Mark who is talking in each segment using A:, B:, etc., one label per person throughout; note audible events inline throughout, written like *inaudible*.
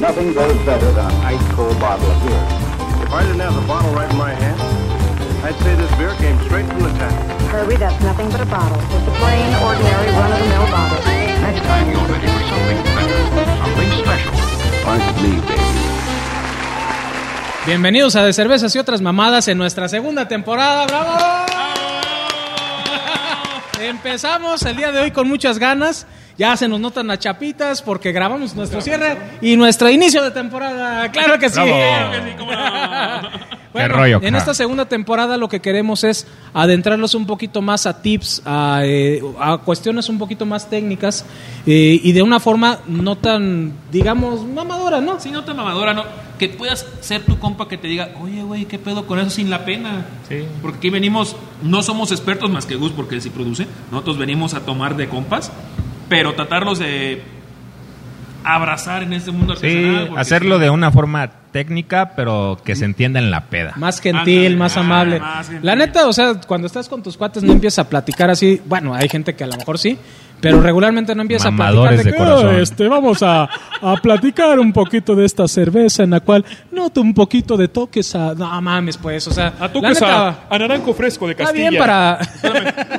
A: Nothing goes better than an ice cold bottle of beer.
B: If I didn't have the bottle right in my hand, I'd say this beer came straight from the tap.
C: Herbie, that's nothing but a bottle. It's a plain, ordinary, run-of-the-mill bottle.
D: Next time you're ready for something better, something special.
A: Aren't me, baby.
E: Bienvenidos a De Cervezas y otras mamadas en nuestra segunda temporada. ¡Bravo! Empezamos el día de hoy con muchas ganas. Ya se nos notan las chapitas porque grabamos nuestro cierre y nuestro inicio de temporada. ¡Claro que sí!
F: Bravo.
E: Claro que sí, cómo no. Bueno,
F: rollo,
E: en
F: cara.
E: esta segunda temporada lo que queremos es adentrarlos un poquito más a tips, a, eh, a cuestiones un poquito más técnicas eh, y de una forma no tan, digamos, mamadora, ¿no?
G: Sí, no tan mamadora, no. Que puedas ser tu compa que te diga, oye, güey, ¿qué pedo con eso sin la pena?
F: Sí.
G: Porque aquí venimos, no somos expertos más que Gus, porque él sí produce. Nosotros venimos a tomar de compas, pero tratarlos de abrazar en este mundo artesanal.
F: Sí,
G: porque
F: hacerlo
G: sí.
F: de una forma técnica, pero que se entienda en la peda.
E: Más gentil,
G: Ándale,
E: más
G: ah,
E: amable.
G: más gentil.
E: La neta, o sea, cuando estás con tus cuates no empiezas a platicar así. Bueno, hay gente que a lo mejor sí, pero regularmente no empiezas
F: Mamadores
E: a platicar.
F: de
E: que,
F: corazón.
E: "Ah, este, vamos a, a platicar un poquito de esta cerveza en la cual noto un poquito de toques a. No mames, pues, o sea.
H: A tu
E: la neta,
H: casa, a naranjo fresco de
E: Está
H: Castilla.
E: bien para.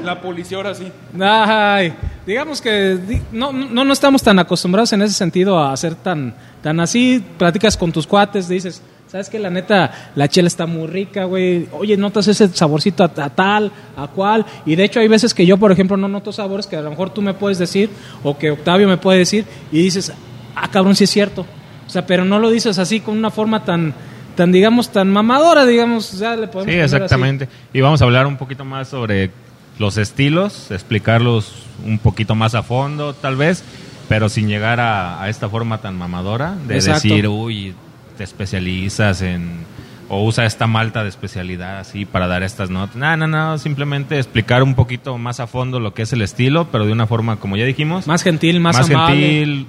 H: La policía ahora sí.
E: Ay, digamos que di- no, no, no estamos tan acostumbrados en ese sentido a ser tan, tan así. Platicas con tus cuates, dices, ¿sabes qué? La neta, la chela está muy rica, güey. Oye, notas ese saborcito a, a tal, a cual. Y de hecho, hay veces que yo, por ejemplo, no noto sabores que a lo mejor tú me puedes decir o que Octavio me puede decir y dices, ah, cabrón, sí es cierto. O sea, pero no lo dices así con una forma tan, tan digamos, tan mamadora, digamos. O sea, le podemos
F: Sí,
E: poner así.
F: exactamente. Y vamos a hablar un poquito más sobre los estilos, explicarlos un poquito más a fondo, tal vez, pero sin llegar a, a esta forma tan mamadora de
E: Exacto.
F: decir, uy, te especializas en o usa esta malta de especialidad así para dar estas notas. No, no, no, simplemente explicar un poquito más a fondo lo que es el estilo, pero de una forma, como ya dijimos,
E: Más gentil, más,
F: más
E: amable.
F: gentil.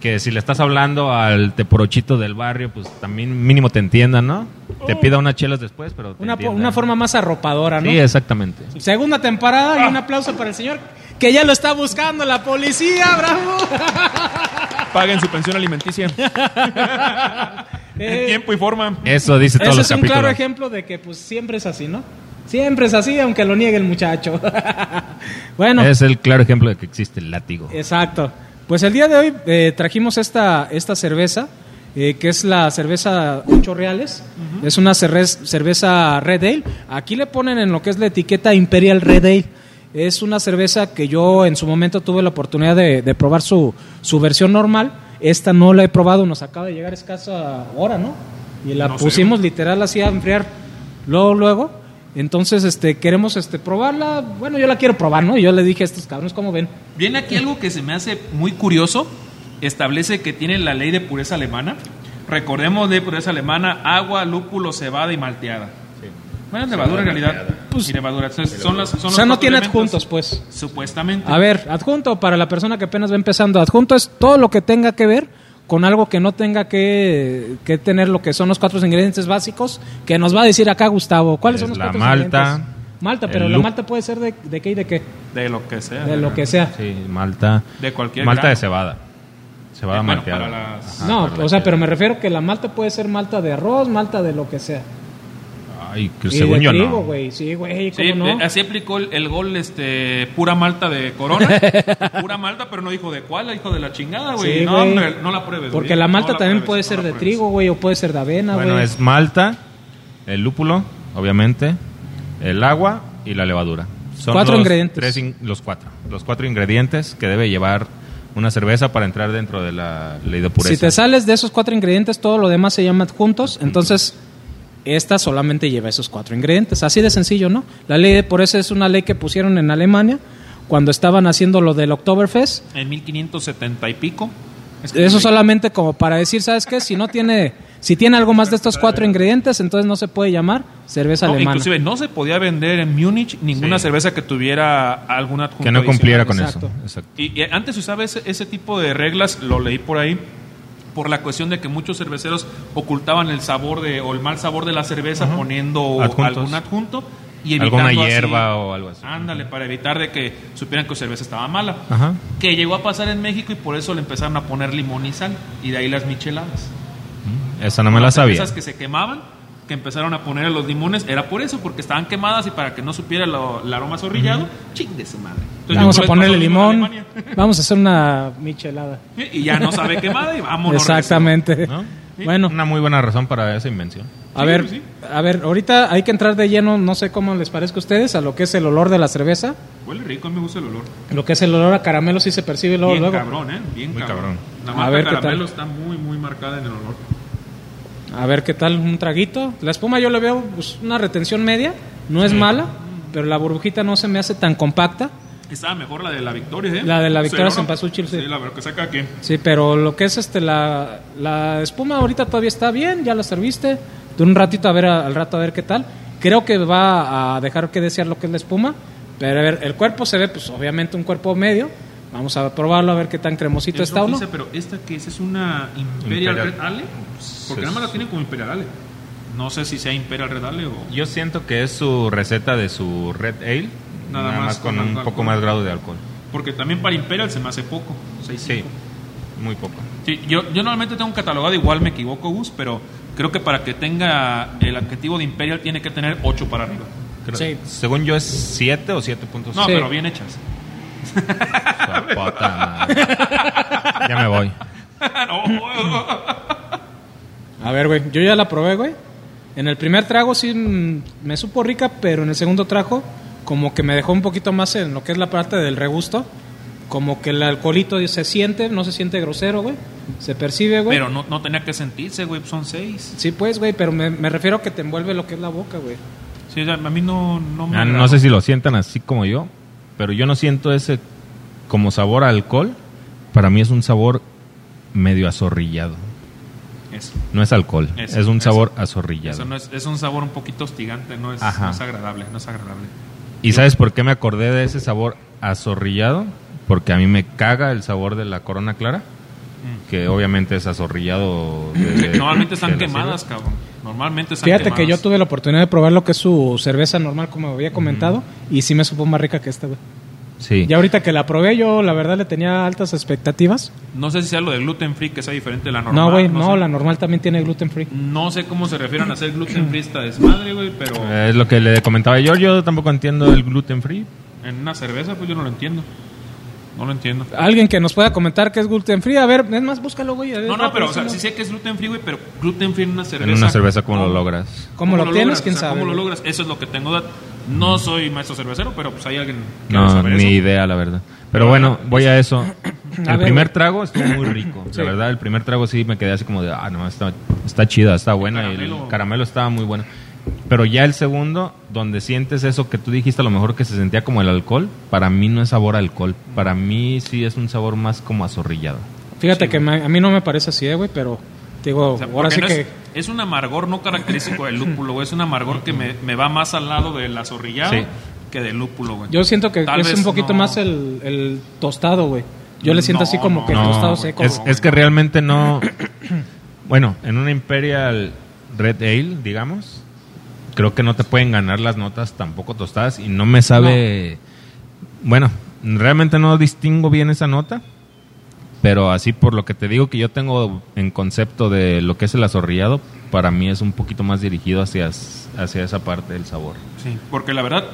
F: Que si le estás hablando al teporochito del barrio, pues también mínimo te entienda, ¿no? Te pida unas chelas después, pero te
E: Una, po-
F: entienda.
E: una forma más arropadora, ¿no?
F: Sí, Ah. exactamente.
E: Segunda temporada y un aplauso para el señor que ya lo está buscando la policía,
F: *laughs*
E: bravo.
H: Paguen su pensión
E: *laughs*
H: alimenticia.
E: Eh,
H: en tiempo y forma.
F: Eso dice todos
E: Ese
F: los
E: es un
F: capítulos.
E: claro ejemplo de que pues siempre es así, ¿no? Siempre es así, aunque lo niegue el muchacho. *laughs* bueno,
F: Es el claro ejemplo de que existe el látigo.
E: exacto. Pues el día de hoy eh, trajimos esta, esta cerveza, eh, que es la cerveza 8 reales. Es una cerrez- cerveza Red Ale. Aquí le ponen en lo que es la etiqueta Imperial Red Ale. Es una cerveza que yo en su momento tuve la oportunidad de, de probar su, su versión normal. Esta no la he probado, nos acaba de llegar escasa hora, ¿no? Y la
G: No sé.
E: pusimos literal así a enfriar luego, luego. Entonces, este, queremos este, probarla. Bueno, yo la quiero probar, ¿no? Y yo le dije a estos cabrones, ¿cómo ven?
G: Viene aquí algo que se me hace muy curioso. Establece que tiene la ley de pureza alemana. Recordemos de pureza alemana, agua, lúpulo, cebada y malteada. Bueno, levadura en realidad. y levadura. Entonces, son las, son
E: O
G: los
E: sea, no
G: cuatro
E: tiene
G: elementos,
E: adjuntos, pues.
G: Supuestamente.
E: A ver, adjunto para la persona que apenas va empezando. Adjunto es todo lo que tenga que ver con algo que no tenga que, que tener lo que son los cuatro ingredientes básicos que nos va a decir acá Gustavo. ¿Cuáles son los
F: Es la
E: cuatro
F: malta,
E: ingredientes? Malta, pero
F: el
E: la
F: lu-
E: malta puede ser de, de qué y de qué.
G: De lo que sea.
E: De lo que sea.
F: Sí, malta.
G: De cualquier
F: Malta
G: grano.
F: de cebada. Cebada
G: Eh, bueno,
F: malteada.
G: para las-
E: no,
F: para la
E: o sea,
F: chela.
E: pero me refiero que la malta puede ser malta de arroz, malta de lo que sea.
F: Ay,
E: Y
F: que Pues según
E: de
F: yo
E: trigo,
F: no.
E: güey. Sí, güey, ¿cómo
G: Sí,
E: no?
G: eh, así aplicó el, el gol este pura malta de
E: *laughs*
G: Corona. pura malta, pero no dijo de cuál, hijo de la chingada, güey.
E: Sí,
G: no,
E: güey.
G: hombre, no la pruebes.
E: Porque
G: güey.
E: la
G: No
E: malta también
G: pruebes,
E: puede
G: no
E: ser
G: la
E: de
G: pruebes.
E: trigo, güey, o puede ser de avena, Ah, güey.
F: Bueno, es malta, el lúpulo, obviamente, el agua y la levadura. Son
E: Cuatro
F: los
E: ingredientes.
F: tres in- los cuatro. Los cuatro ingredientes que debe llevar una cerveza para entrar dentro de la ley de pureza.
E: Si te sales de esos cuatro ingredientes, todo lo demás se llama adjuntos. Entonces, esta solamente lleva esos cuatro ingredientes. Así de sencillo, ¿no? La ley de pureza es una ley que pusieron en Alemania cuando estaban haciendo lo del Oktoberfest.
G: En 1570 y pico.
E: Eso solamente como para decir, ¿sabes qué? Si no tiene, si tiene algo más de estos cuatro ingredientes, entonces no se puede llamar cerveza
G: No,
E: alemana.
G: inclusive no se podía vender en Múnich ninguna
F: Sí.
G: cerveza que tuviera alguna adjunto
F: que no cumpliera
G: adicional.
F: con
E: Exacto.
F: eso. Exacto.
G: Y, y antes usaba ese, ese tipo de reglas, lo leí por ahí, por la cuestión de que muchos cerveceros ocultaban el sabor de, o el mal sabor de la cerveza poniendo
F: Adjuntos.
G: algún adjunto. y evitando
F: alguna
G: así-
F: hierba o algo así.
G: Ándale, para evitar de que supieran que su cerveza estaba mala.
F: Ajá.
G: Que llegó a pasar en México y por eso le empezaron a poner limón y sal. Y de ahí las micheladas.
F: Esa no me la sabía.
G: Esas que se quemaban, que empezaron a poner a los limones, era por eso, porque estaban quemadas y para que no supiera lo- el aroma zorrillado, ching de su madre. Entonces,
E: Vamos
G: yo
E: a
G: les
E: ponerle
G: paso
E: limón.
G: a Alemania. *laughs*
E: Vamos a hacer una michelada.
G: y ya no sabe quemada y vámonos.
E: *laughs* Exactamente.
F: ¿No?
E: Bueno,
F: Una muy buena razón para esa invención.
E: a ver,
G: pues
E: a ver, ahorita hay que entrar de lleno, no sé cómo les parezca a ustedes, a lo que es el olor de la cerveza.
G: regresamos. Huele rico, a mí me gusta el olor.
E: Lo que es el olor a caramelo sí se percibe luego.
G: Bien
E: luego.
G: cabrón, ¿eh? Bien
F: Muy
G: cabrón.
F: cabrón.
G: La
E: A
G: marca
E: ver, ¿qué
G: caramelo
E: tal?
G: está muy, muy marcada en el olor.
E: A ver qué tal, un traguito. La espuma yo le veo pues, una retención media, no es mala, pero la burbujita no se me hace tan compacta.
G: Estaba mejor la de la Victoria, ¿eh?
E: La de la Victoria
G: Cero, ¿no?
E: Cempasúchil, sí.
G: Sí, la verdad que saca aquí.
E: Sí, pero lo que es este la, la espuma ahorita todavía está bien, ya la serviste. De un ratito a ver a- al rato a ver qué tal. Creo que va a dejar que desear lo que es la espuma, pero a ver, el cuerpo se ve pues obviamente un cuerpo medio. Vamos a probarlo a ver qué tan cremosito
G: Es
E: está o no.
G: rojiza, pero esta que es, es una Imperial,
F: Imperial.
G: Red Ale. Porque
F: Es-
G: nada más la tienen como Imperial Ale. No sé si sea Imperial Red Ale o.
F: Yo siento que es su receta de su Red Ale,
G: Nada
F: nada,
G: más
F: más,
G: con
F: con, un
G: alcohol.
F: poco más grado de alcohol.
G: Porque también para Imperial se me hace poco. seis,
F: Sí,
G: cinco.
F: muy poco.
G: Sí, yo, yo normalmente tengo un catalogado, igual me equivoco, Gus, pero creo que para que tenga el adjetivo de Imperial tiene que tener 8 para arriba.
F: Creo-
E: Sí.
F: Según yo es 7 o 7.5.
G: No,
E: Sí.
G: pero bien hechas.
F: Su puta madre. ya me voy.
G: *laughs* No.
E: A ver, güey, yo ya la probé, güey. En el primer trago sí mm, me supo rica, pero en el segundo trago como que me dejó un poquito más en lo que es la parte del regusto. Como que el alcoholito se siente, no se siente grosero, güey. Se percibe, güey.
G: Pero no, no tenía que sentirse, güey, son 6.
E: Sí, pues, güey, pero me, me refiero a que te envuelve lo que es la boca, güey.
G: Sí, o sea, a mí no, no me.
F: Ah,
G: agradó.
F: no sé si lo sientan así como yo, pero yo no siento ese como sabor a alcohol. Para mí es un sabor medio azorrillado.
G: Eso.
F: No es alcohol,
G: Eso,
F: es un
G: eso.
F: sabor azorrillado.
G: Eso no es, es un sabor un poquito hostigante, no es,
F: Ajá.
G: no es agradable, no es agradable.
F: ¿Y sabes por qué me acordé de ese sabor azorrillado? Porque a mí me caga el sabor de la corona clara,
G: Mm.
F: que obviamente es azorrillado.
G: *coughs*
F: desde
G: Normalmente
F: que
G: están
F: la
G: quemadas,
F: sirve.
G: cabrón. Normalmente están
E: Fíjate
G: quemadas.
E: que yo tuve la oportunidad de probar lo que es su cerveza normal, como había comentado, y sí me supo más rica que esta, güey.
F: Sí.
E: Ya ahorita que la probé, yo la verdad le tenía altas expectativas.
G: No sé si sea lo de gluten free, que sea diferente de la normal.
E: no, güey, no,
G: sé.
E: la normal también tiene gluten free.
G: No sé cómo se refieren a ser gluten free esta desmadre, güey, pero
F: Eh, Es lo que le comentaba yo. Yo tampoco entiendo el gluten free.
G: en una cerveza, pues yo no lo entiendo. No lo entiendo.
E: Alguien que nos pueda comentar que es gluten free. A ver, es más, búscalo, güey. a ver,
G: No, no, pero o sea,
E: rapidísimo.
G: sí sé que es gluten free, güey, pero gluten free en una cerveza.
F: En una cerveza, ¿cómo lo
G: ¿cómo?
F: logras?
E: ¿Cómo, lo
G: logras?
E: obtienes?
G: O
E: ¿Quién
G: sea,
E: sabe?
G: ¿Cómo lo logras? Eso es lo que tengo. dat- No soy maestro cervecero, pero pues hay alguien que debe
F: No,
G: saber
F: ni
G: eso.
F: idea, la verdad. Pero bueno, voy a
E: *clears throat*
F: eso.
E: A
F: el
E: ver,
F: primer
E: güey.
F: trago estuvo muy rico.
E: Sí.
F: La verdad, el primer trago sí me quedé así como de, ah, no, está, está chida, está buena. y El
G: caramelo.
F: caramelo. estaba muy bueno. Pero ya el segundo, donde sientes eso que tú dijiste, a lo mejor que se sentía como el alcohol, para mí no es sabor a alcohol. Para mí sí es un sabor más como azorrillado.
E: Fíjate que me- a mí no me parece así, eh, güey, pero te digo,
G: O sea,
E: ahora
G: porque
E: sí
G: no
E: que.
G: es, es un amargor no característico del lúpulo, güey. Es un amargor que me, me va más al lado del azorrillado
F: Sí.
G: que del lúpulo, güey.
E: Yo siento que
G: Tal
E: es
G: vez
E: un poquito
G: no.
E: más el, el tostado, güey. Yo le siento así
G: No,
E: como que
G: no,
E: el tostado
G: güey.
E: seco.
F: Es,
E: güey.
F: es que realmente
E: *coughs*
F: no. Bueno, en una Imperial Red Ale, digamos, creo que no te pueden ganar las notas tampoco tostadas y no me sabe. Bueno, realmente no distingo bien esa nota, pero así por lo que te digo que yo tengo en concepto de lo que es el azorrillado, para mí es un poquito más dirigido hacia, hacia esa parte del sabor.
G: Sí, porque la verdad,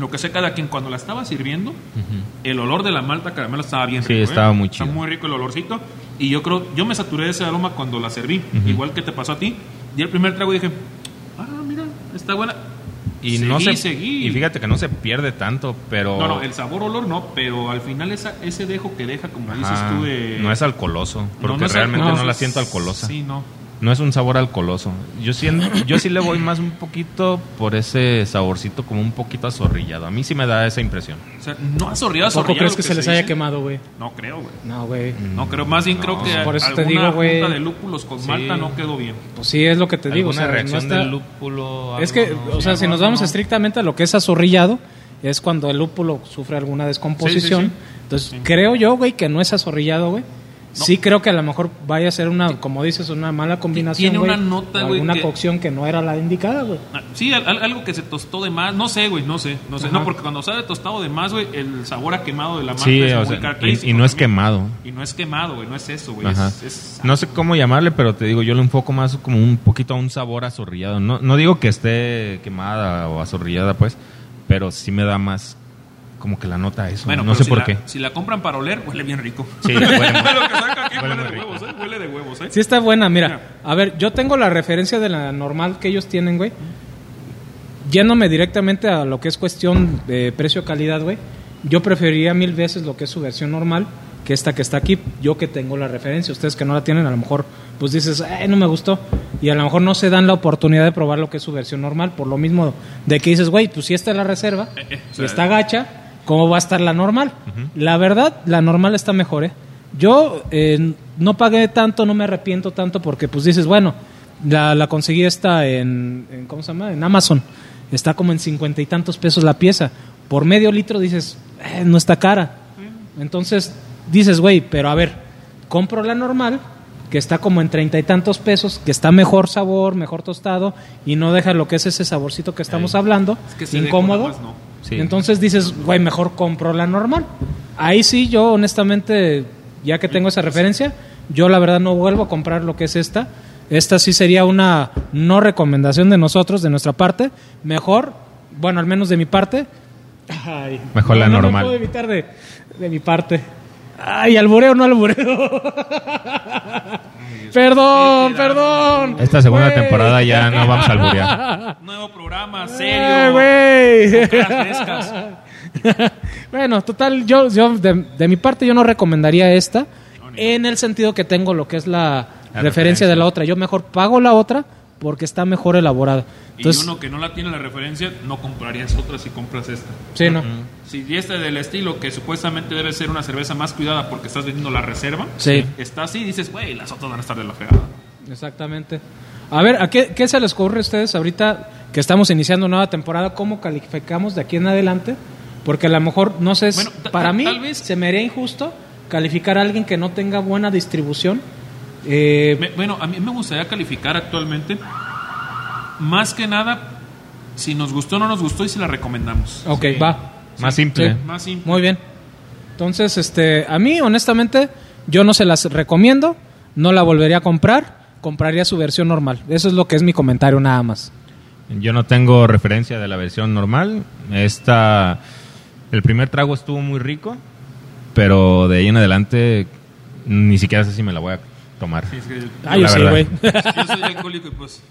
G: lo que sé cada quien, cuando la estaba sirviendo, el olor de la malta caramelo estaba bien
F: Sí,
G: rico. ¿eh?
F: estaba muy
G: Está
F: chido.
G: muy rico el olorcito. Y yo creo, yo me saturé de ese aroma cuando la serví, igual que te pasó a ti. Y el primer trago dije, ah, mira, está buena.
F: Y,
G: Seguí,
F: no se,
G: seguí.
F: y fíjate que no se pierde tanto, pero.
G: No, no, el sabor olor no, pero al final esa, ese dejo que deja, como
F: Ajá,
G: dices tú, de...
F: No es alcoholoso,
G: No,
F: porque
G: no es
F: realmente
G: alcohol.
F: no la siento alcoholosa.
G: Sí, no.
F: No es un sabor alcoholoso. Yo sí, yo sí le voy más un poquito por ese saborcito como un poquito azorrillado. A mí sí me da esa impresión.
G: O sea, no azorrillado,
E: ¿Poco
G: azorrillado
E: crees
G: lo
E: que se les haya
G: dice.
E: quemado, güey? Mm.
G: No creo, güey.
E: No, güey.
F: Mm.
G: No creo, más bien creo que
E: Por eso te
G: alguna
E: digo, güey.
G: punta de lúpulos con malta no quedó bien.
E: Pues sí, es lo que te digo. O
F: ¿Alguna
E: sea, no
F: reacción
E: está-
F: del lúpulo?
E: Es que,
F: algo?
E: o sea, si nos vamos estrictamente a lo que es azorrillado, es cuando el lúpulo sufre alguna descomposición.
G: Sí, sí,
E: Entonces, creo yo, güey, que no es azorrillado, güey. Sí creo que a lo mejor vaya a ser una, como dices, una mala combinación,
G: Tiene
E: güey.
G: una nota,
E: o
G: güey,
E: alguna
G: que-
E: cocción que no era la indicada, güey.
G: Ah, Sí, al- al- algo que se tostó de más. No sé, güey, no sé. No sé.
E: Ajá.
G: No, porque cuando sale tostado de más, güey, el sabor a quemado de la marca
F: Sí,
G: es
F: o
G: muy
F: sea, y-
G: característico
F: y no es
G: también.
F: quemado.
G: Y no es quemado, güey, no es eso, güey.
F: Ajá.
G: Es, es-
F: No sé cómo llamarle, pero te digo, yo le enfoco más como un poquito a un sabor azorrillado. No, no digo que esté quemada o azorrillada, pues, pero sí me da más como que la nota a eso.
G: Bueno,
F: no
G: pero
F: sé
G: si
F: por
G: la-
F: qué.
G: Si la compran para oler, huele bien rico.
F: Sí,
G: *laughs*
F: huele muy-
G: Lo que saca aquí
F: Huele
G: huele,
F: muy
G: de
F: rico.
G: huevos, ¿eh? Huele de huevos, ¿eh?
E: Sí está buena, mira.
G: Mira.
E: A ver, yo tengo la referencia de la normal que ellos tienen, güey. Yéndome directamente a lo que es cuestión de precio-calidad, güey. Yo preferiría mil veces lo que es su versión normal que esta que está aquí. Yo que tengo la referencia, ustedes que no la tienen, a lo mejor pues dices, ay, no me gustó. Y a lo mejor no se dan la oportunidad de probar lo que es su versión normal, por lo mismo de que dices, güey, pues si esta es la reserva
G: Eh, eh, o
E: y
G: sea,
E: está gacha, ¿cómo va a estar la normal? La verdad, la normal está mejor, ¿eh? Yo eh, no pagué tanto, no me arrepiento tanto porque pues dices, bueno, la, la conseguí esta en, en, ¿cómo se llama? En Amazon. Está como en cincuenta y tantos pesos la pieza. Por medio litro dices, "Eh, no está cara. Entonces dices, güey, pero a ver, compro la normal, que está como en treinta y tantos pesos, que está mejor sabor, mejor tostado, y no deja lo que es ese saborcito que estamos hablando,
G: que se ve con
E: incómodo.
G: aguas, no.
F: Sí.
E: Entonces dices, güey, mejor compro la normal. Ahí sí, yo honestamente, ya que tengo esa referencia, yo la verdad no vuelvo a comprar lo que es esta. Esta sí sería una no recomendación de nosotros, de nuestra parte. Mejor, bueno, al menos de mi parte. Ay,
F: Mejor la
E: no, no me
F: normal.
E: puedo evitar de, de mi parte. Ay, albureo, no albureo. perdón, perdón.
F: Esta segunda
E: Güey.
F: temporada ya no vamos a alburear.
G: *laughs* Nuevo programa,
E: Eh,
G: serio.
E: güey.
G: Con caras frescas.
E: *laughs* bueno, total, yo, yo de, de mi parte yo no recomendaría esta en el sentido que tengo lo que es la,
F: La
E: referencia, de la
F: referencia.
E: otra. Yo mejor pago la otra porque está mejor elaborada. Entonces,
G: y uno que no la tiene la referencia, no comprarías otra si compras esta.
E: sí, no.
G: Si esta del estilo que supuestamente debe ser una cerveza más cuidada porque estás vendiendo la reserva,
E: Sí.
G: está así dices, güey, las otras van a estar de la fregada.
E: Exactamente. A ver, ¿a qué, qué se les ocurre a ustedes ahorita que estamos iniciando nueva temporada? ¿Cómo calificamos de aquí en adelante? Porque a lo mejor, no sé, es-
G: Bueno, ta-
E: para
G: ta-
E: mí
G: tal vez-
E: se me haría injusto calificar a alguien que no tenga buena distribución. Eh,
G: Me- bueno, a mí me gustaría calificar actualmente, más que nada, si nos gustó o no nos gustó y si la recomendamos.
E: ok, va.
F: Más simple.
E: sí.
G: Más simple.
E: Muy bien. Entonces, este, a mí, honestamente, yo no se las recomiendo, no la volvería a comprar, compraría su versión normal. Eso es lo que es mi comentario nada más.
F: Yo no tengo referencia de la versión normal. Esta, el primer trago estuvo muy rico, pero de ahí en adelante ni siquiera sé si me la voy a tomar.
G: Ah, Sí, es que-
E: Ay,
F: La
E: Ah, sí,
F: verdad.
E: güey.
G: Yo soy alcohólico y pues.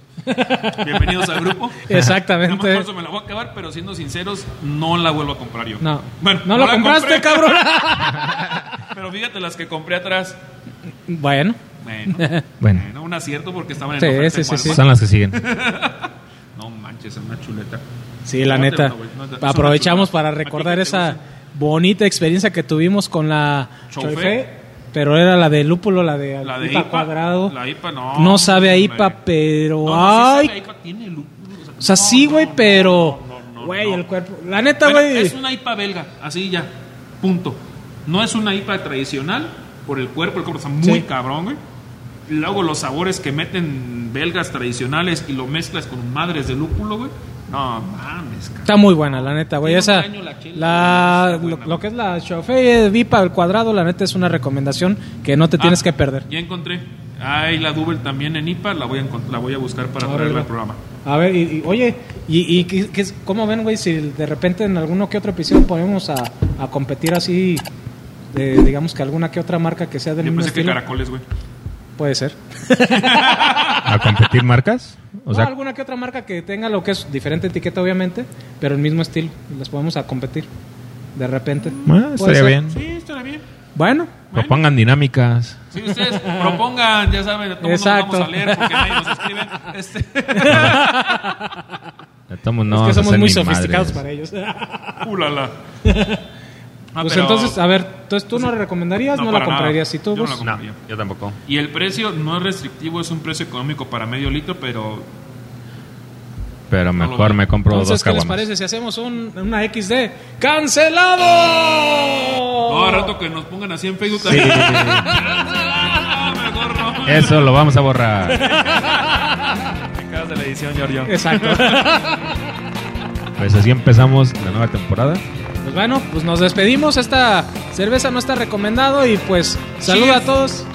G: Bienvenidos al grupo.
E: *laughs* Exactamente.
G: Nada más por eso me la voy a acabar, pero siendo sinceros, no la vuelvo a comprar yo.
E: No.
G: Bueno,
E: no, lo
G: la
E: compraste,
G: compré, *laughs*
E: cabrón.
G: Pero fíjate las que compré atrás.
E: bueno, *laughs*
G: Bueno,
F: Bueno,
G: bueno, un acierto porque estaban en
E: Sí,
G: oferta
E: sí, sí,
G: en
E: sí.
G: Walmart.
F: son las que siguen.
G: No manches, es una chuleta.
E: sí, la
G: No te
E: neta.
G: gusta, güey, no te-
E: Aprovechamos
G: es una
E: para
G: chulada. ¿A ti qué
E: recordar
G: te
E: esa
G: gusta?
E: bonita experiencia que tuvimos con la
G: Chofe.
E: Chofe, pero era la de lúpulo, la de,
G: La de
E: IPA,
G: IPA,
E: cuadrado.
G: La IPA no.
E: no sabe a
G: hombre.
E: IPA, pero
G: No, no, sí
E: ay,
G: sabe a IPA, tiene lúpulo,
E: o sea,
G: no,
E: sí, güey,
G: no, no,
E: pero
G: no, no, no,
E: güey,
G: no.
E: el cuerpo. La neta,
G: Bueno,
E: güey.
G: es una IPA belga, así ya, punto. No es una IPA tradicional por el cuerpo, el cuerpo está muy
E: Sí.
G: cabrón, güey. Luego los sabores que meten belgas tradicionales y lo mezclas con madres de lúpulo, güey. No mames, cabrón.
E: Está muy buena, la neta, güey.
G: Tiene un
E: Esa,
G: daño la chela,
E: la-
G: está buena,
E: lo,
G: güey.
E: lo que es la chofe VIPA al cuadrado, la neta es una recomendación que no te
G: Ah,
E: tienes que perder.
G: Ya encontré. Hay la Double también en IPA, la voy a, encont- la voy a buscar para
E: Órale,
G: traerla
E: va.
G: al programa.
E: A ver, y, y- oye, y, y qué- qué es- ¿cómo ven, güey, si de repente en alguno que otro episodio ponemos a, a competir así, eh, digamos que alguna que otra marca que sea del
G: Yo
E: mismo
G: pensé que
E: estilo?
G: caracoles, güey.
E: Puede ser.
F: ¿A competir marcas? *laughs* O
E: No,
F: sea,
E: alguna que otra marca que tenga lo que es diferente etiqueta, obviamente, pero el mismo estilo. y Las podemos a competir de repente. Puede
F: bueno, ah, estaría
E: ser.
F: bien.
G: Sí, estará bien.
E: Bueno,
F: Propongan dinámicas.
G: Si ustedes *laughs* propongan, ya saben, a todos
E: Exacto.
G: vamos a leer porque nadie nos escribe. Este, *laughs*
F: De todos modos, no
E: es que
F: vamos a
E: somos
F: hacer
E: muy
F: ni
E: sofisticados
F: madres.
E: para ellos. *laughs*
G: ulala. Ah,
E: pues
G: pero-
E: entonces, a ver, entonces tú no la recomendarías, no, la
G: para nada.
E: comprarías. Si tú, pues.
G: Yo no
E: Gus?
G: la
F: No,
G: compraría.
F: yo tampoco.
G: Y el precio no es restrictivo, es un precio económico para medio litro, pero
F: Pero
G: No lo
F: mejor
G: veo.
F: me compro
E: Entonces,
F: dos
E: ¿qué les
F: caguamas.
E: parece si hacemos un- una XD? ¡Cancelado! Oh.
G: *laughs* Ah, todo rato que nos pongan así en Facebook también.
F: Eso lo vamos a borrar.
H: Me acabas de la edición, Giorgio.
F: *laughs*
E: Exacto.
F: Pues así empezamos la nueva temporada.
E: Pues bueno, pues nos despedimos. Esta cerveza no está recomendado y pues saludo a todos.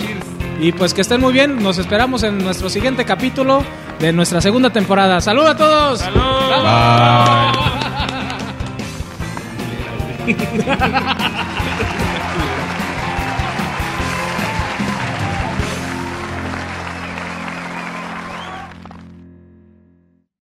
E: Y pues que estén muy bien. Nos esperamos en nuestro siguiente capítulo de nuestra segunda temporada. Saludo a todos.
F: Bye.